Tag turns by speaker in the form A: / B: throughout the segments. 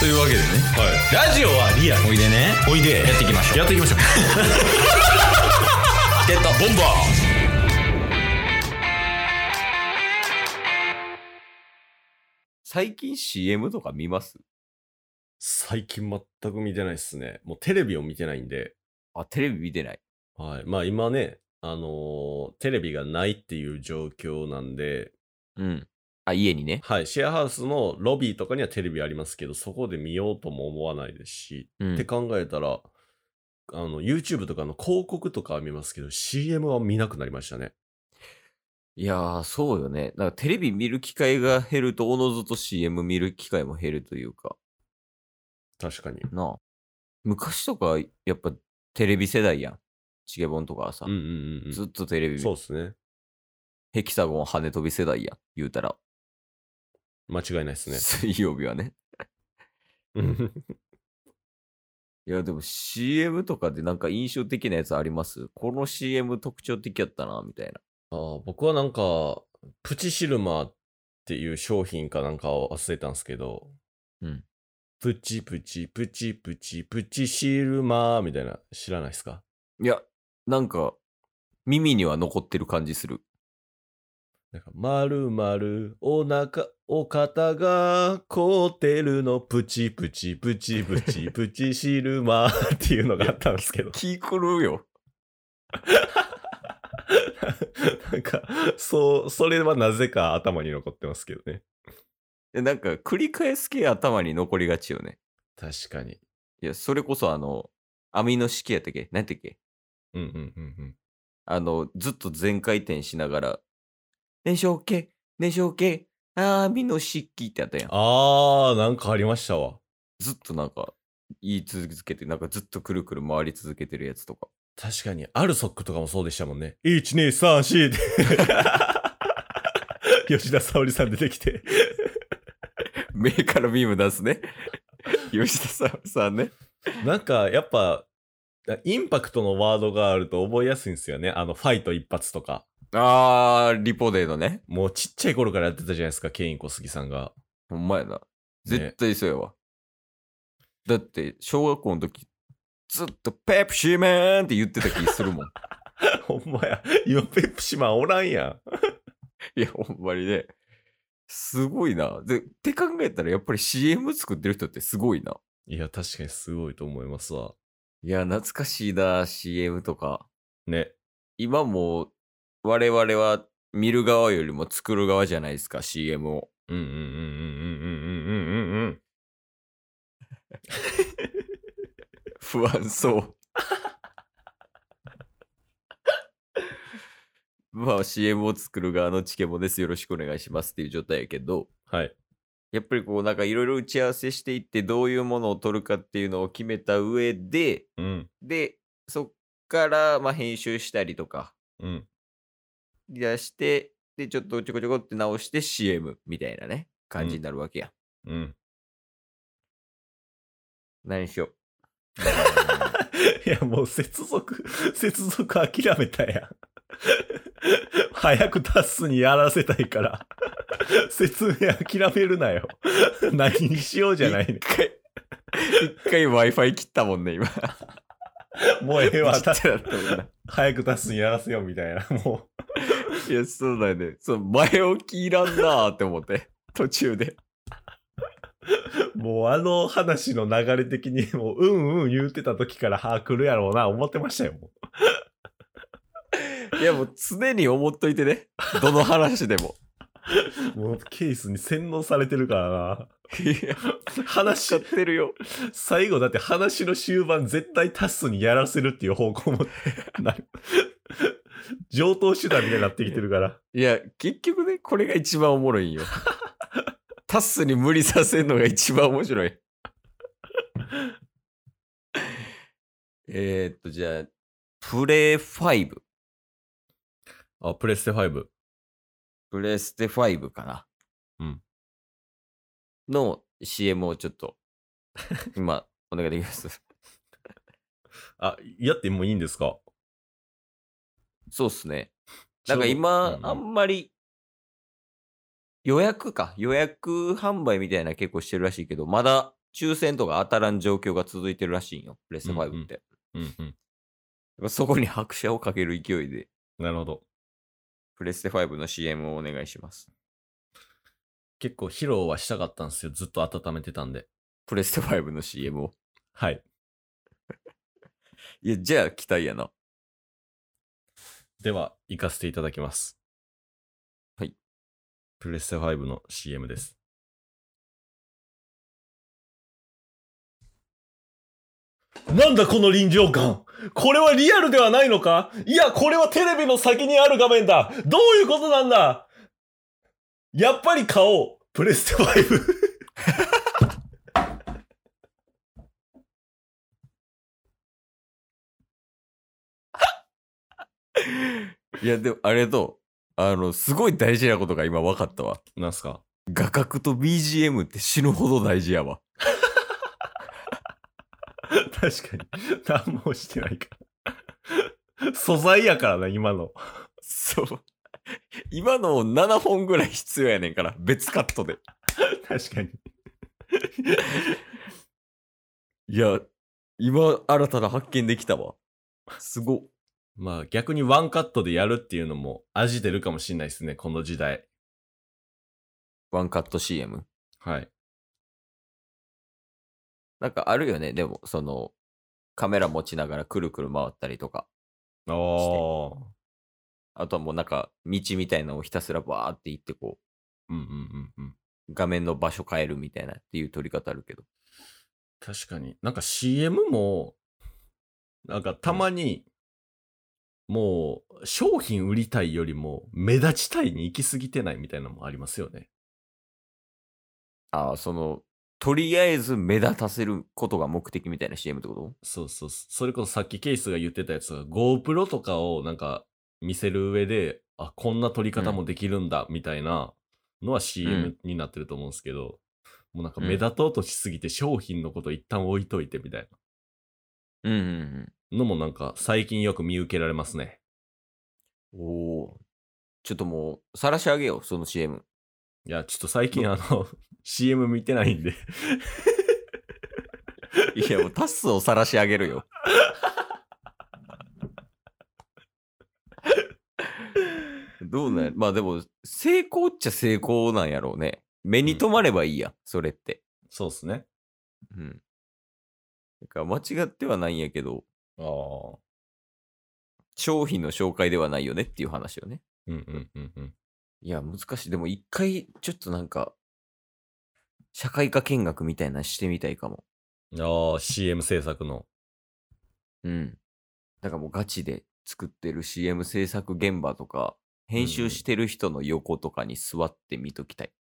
A: というわけでね
B: はい。ラジオはリアル。
A: おいでね
B: おいで。
A: やっていきましょう
B: やって いきましょう。
A: ゲットボンバ
C: 最近 CM とか見ます
B: 最近全く見てないっすね。もうテレビを見てないんで。
C: あ、テレビ見てない。
B: はい。まあ今ね、あのーテレビがないっていう状況なんで、
C: うん。あ、家にね。
B: はい。シェアハウスのロビーとかにはテレビありますけど、そこで見ようとも思わないですし、
C: う
B: って
C: ん。
B: 考えたら、あの、YouTube とかの広告とかは見ますけど、CM は見なくなりましたね。
C: いやー、そうよね。なんかテレビ見る機会が減ると、おのずと CM 見る機会も減るというか。
B: 確かに。
C: なあ。昔とか、やっぱテレビ世代やん。チケボンとかさ。
B: うんうんうん
C: ずっとテレ
B: う
C: ビ
B: ん。
C: 見
B: そうですね。
C: ヘキサゴン跳ね飛び世代やん。言うたら、
B: 間違いないですね。
C: 水曜日はね。
B: うん
C: いや、でも CM とかでなんか印象的なやつありますこの CM 特徴的やったな、みたいな。
B: あー僕はなんか、プチシルマーっていう商品かなんかを忘れたんですけど、
C: うん。
B: プチプチプチプチプチシルマーみたいな、知らないですか
C: いや、なんか、耳には残ってる感じする。
B: なんか、まるまる、お腹、お肩が凍ってるの、プチプチプチプチプチシルマーっていうのがあったんです けど、
C: 気狂うよ。
B: なんか、そう、それはなぜか頭に残ってますけどね。
C: えなんか、繰り返す系頭に残りがちよね。
B: 確かに。
C: いや、それこそあの、網の式やったっけ何やったっけ
B: うんうんうんうん。
C: あの、ずっと全回転しながら、燃焼系、燃焼系、網の式ってやったやん。
B: あー、なんかありましたわ。
C: ずっとなんか、言い続けて、なんかずっとくるくる回り続けてるやつとか。
B: 確かに、アルソックとかもそうでしたもんね。1、2、3、4って。 吉田沙保里さん出てきて。
C: 目からビーム出すね。 吉田沙保里さんね。
B: なんか、やっぱ、インパクトのワードがあると覚えやすいんですよね。あの、ファイト一発とか。
C: あー、リポデーのね。
B: もうちっちゃい頃からやってたじゃないですか、ケイン小杉さんが。
C: ほんまやな。
B: ね
C: 絶対そうやわ。だって、小学校の時、ずっとペプシーメンって言ってた気す るもん。
B: ほんまや、今ペプシマンおらんや
C: いや、ほんまにね。すごいな。で、って考えたら、やっぱり CM 作ってる人ってすごいな。
B: ん。いや、確かにすごいと思いますわ。
C: いや、懐かしいな、CM とか。
B: ね。
C: 今もう、我々は見る側よりも作る側じゃないですか、CM を。
B: うんうんうんうんうんうんうんうんうんうん。
C: 不安そう。まあ CM を作る側のチケボです。よろしくお願いしますっていう状態やけど、
B: はい。
C: やっぱりこうなんかいろいろ打ち合わせしていってどういうものを撮るかっていうのを決めた上で、
B: うん。
C: で、そっからまあ編集したりとか
B: うん。
C: 出して、で、ちょっとちょこちょこって直して CM みたいなね、感じになるわけや。
B: うん。
C: 何しよう。
B: いや、もう接続、接続諦めたやん。早くタスにやらせたいから、説明諦めるなよ。何にしようじゃないね
C: 一。回、一回 Wi-Fi 切ったもんね、今。
B: もうええわ、
C: 切
B: タ
C: ってなかったもんな
B: 早くタスにやらせようみたいな。も
C: いや、そうだよね。そう、前置きいらんなーって思って、途中で。
B: う、もうあの話の流れ的に、もう、うんうん言うてた時から、はあ、来るやろうな、思ってましたよ。も
C: いや、もう常に思っといてね。どの話でも。
B: うもうケースに洗脳されてるから
C: いや、
B: な。
C: しちゃっ
B: 話、
C: てるよ。
B: 最後だって話の終盤絶対タスにやらせるっていう方向もなる上等手段みたいになってきてるから
C: いや、結局ね、これが一番おもろいんよ。タッスに無理させるのが一番面白い。えーっと、じゃあ、プレイ5。
B: あプレステ5
C: プレステ5かな。
B: うん。
C: の CM をちょっと、今、お願いできます。
B: あやってもいいんですか
C: そうっすね。なんか今、あんまり、予約か。予約販売みたいな結構してるらしいけど、まだ抽選とか当たらん状況が続いてるらしいんよ、レスファイブって。
B: うんうん。
C: やっぱそこに拍車をかける勢いで、
B: なるほど。
C: プレステ5の CM をお願いします。
B: 結構披露はしたかったんですよ。ずっと温めてたんで。
C: プレステ5の CM を。
B: はい。
C: いや、じゃあ期待やな。
B: では、行かせていただきます。
C: はい。
B: プレステ5の CM です。なんだこの臨場感これはリアルではないのかいや、これはテレビの先にある画面だどういうことなんだやっぱり買おうプレステ5
C: いや、でも、あれと、あの、すごい大事なことが今分かったわ。
B: なんすか
C: 画角と BGM って死ぬほど大事やわ。
B: 確かに。何もしてないから。素材やからな、今の。
C: そう。今のを7本ぐらい必要やねんから、別カットで。
B: 確かに。
C: いや、今、新たな発見できたわ。すごっ。
B: まあ逆にワンカットでやるっていうのも味出るかもしれないですね、この時代。
C: ワンカット CM。
B: はい。
C: なんかあるよね、でも、その、カメラ持ちながらくるくる回ったりとか。
B: ああ。
C: あとはもうなんか、道みたいなのをひたすらバーって行って、こ
B: うんうんうんうん。
C: う、画面の場所変えるみたいなっていう撮り方あるけど。
B: 確かに。なんか CM も、なんかたまに、もう商品売りたいよりも目立ちたいに行き過ぎてないみたいなのもありますよね。
C: ああ、その、とりあえず目立たせることが目的みたいな CM ってこと
B: そうそうそう。それこそさっきケイスが言ってたやつが GoPro とかをなんか見せる上で、あ、こんな撮り方もできるんだ、みたいなのは CM になってると思うんですけど、もうなんか目立とうとしすぎて商品のこと一旦置いといてみたい
C: うんうん
B: なのもなんか最近よく見受けられますね。
C: うん。おお。ちょっともう、晒し上げよう、その CM。
B: いや、ちょっと最近あの、CM 見てないんで。
C: いや、もうタッスを晒し上げる よ。どうなんやまあでも、成功っちゃ成功なんやろうね。目に留まればいいや、それって。
B: そうっすね。
C: うん。だから間違ってはないんやけど、
B: ああ。
C: 商品の紹介ではないよねっていう話よね。
B: うんうんうんうん。
C: いや、難しい。でも一回、ちょっとなんか、社会科見学みたいなのしてみたいかも。
B: ああ、CM 制作の。
C: うん。だからもうガチで作ってる CM 制作現場とか、編
B: うんう
C: 集
B: ん
C: してる人の横とかに座って見ときたい。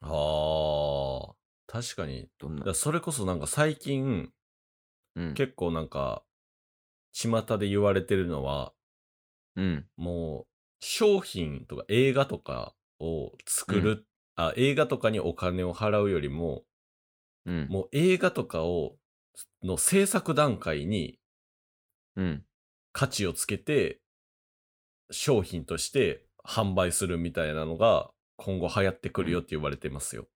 B: ああ。確かに。
C: どん
B: だ
C: な
B: から。それこそなんか最近、
C: うん。
B: 結構なんか、巷で言われてるのは、
C: うん。
B: もう、商品とか映画とかを作る、あ、映画とかにお金を払うよりも、
C: うん。
B: もう映画とかを、の制作段階に
C: うん。
B: 価値をつけて、商品として販売するみたいなのが、今後流行ってくるよって言われてますよ。だか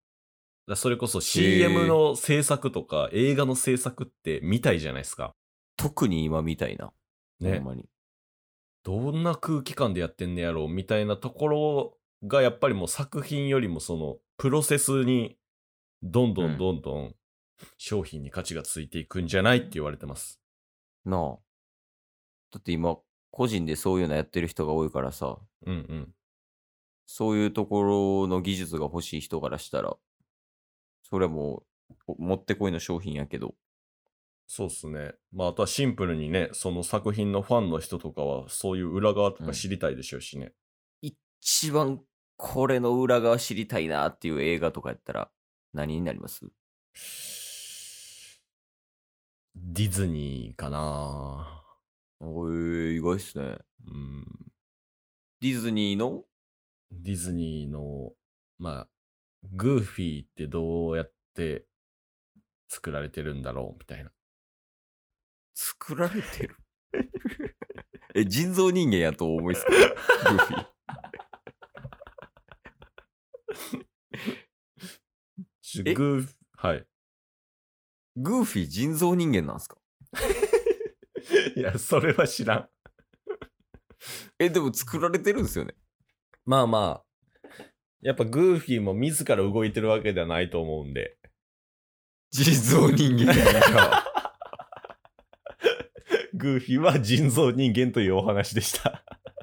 B: らそれこそ CM の制作とか映画の制作って見たいじゃないですか。
C: 特に今みたいな。ほ
B: ね
C: ん。まに。
B: どんな空気感でやってんねやろうみたいなところがやっぱりもう作品よりもそのプロセスにどんどんどんどん商品に価値がついていくんじゃないって言われてます。
C: なあ。だって今、個人でそういうのやってる人が多いからさ、
B: うんうん。
C: そういうところの技術が欲しい人からしたら、それはもう、おもってこいの商品やけど。
B: そうっすね。まああとはシンプルにね、その作品のファンの人とかはそういう裏側とか知りたいでしょうしね。
C: 一番これの裏側知りたいなっていう映画とかやったら何になります
B: ディズニーかな
C: おえ意外っすね。
B: うん。
C: ディズニーの
B: ディズニーの、まあ、グーフィーってどうやって作られてるんだろうみたいな。
C: 作られてる え、人造人間やと思いっすかグーフィー。
B: ちょ
C: え
B: グー、はい。
C: グーフィー人造人間なんですか
B: いや、それは知らん。
C: え、でも作られてるんですよね。
B: まあまあ、やっぱグーフィーも自ら動いてるわけではないと思うんで。
C: 人造人間なんか。
B: グーフィーは人造人間というお話でした。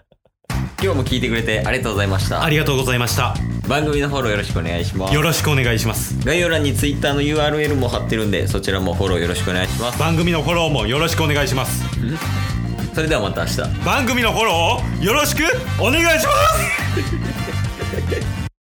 C: 今日も聞いてくれてありがとうございました
A: あ。りがとうございました。
C: 番組のフォローよろしくお願いします
A: よ。ろしくお願いします。
C: 概要欄に Twitter の URL も貼ってるんで、そちらもフォローよろしくお願いします。
A: 番組のフォローもよろしくお願いします。
C: それではまた明日。
A: 番組のフォローをよろしくお願いします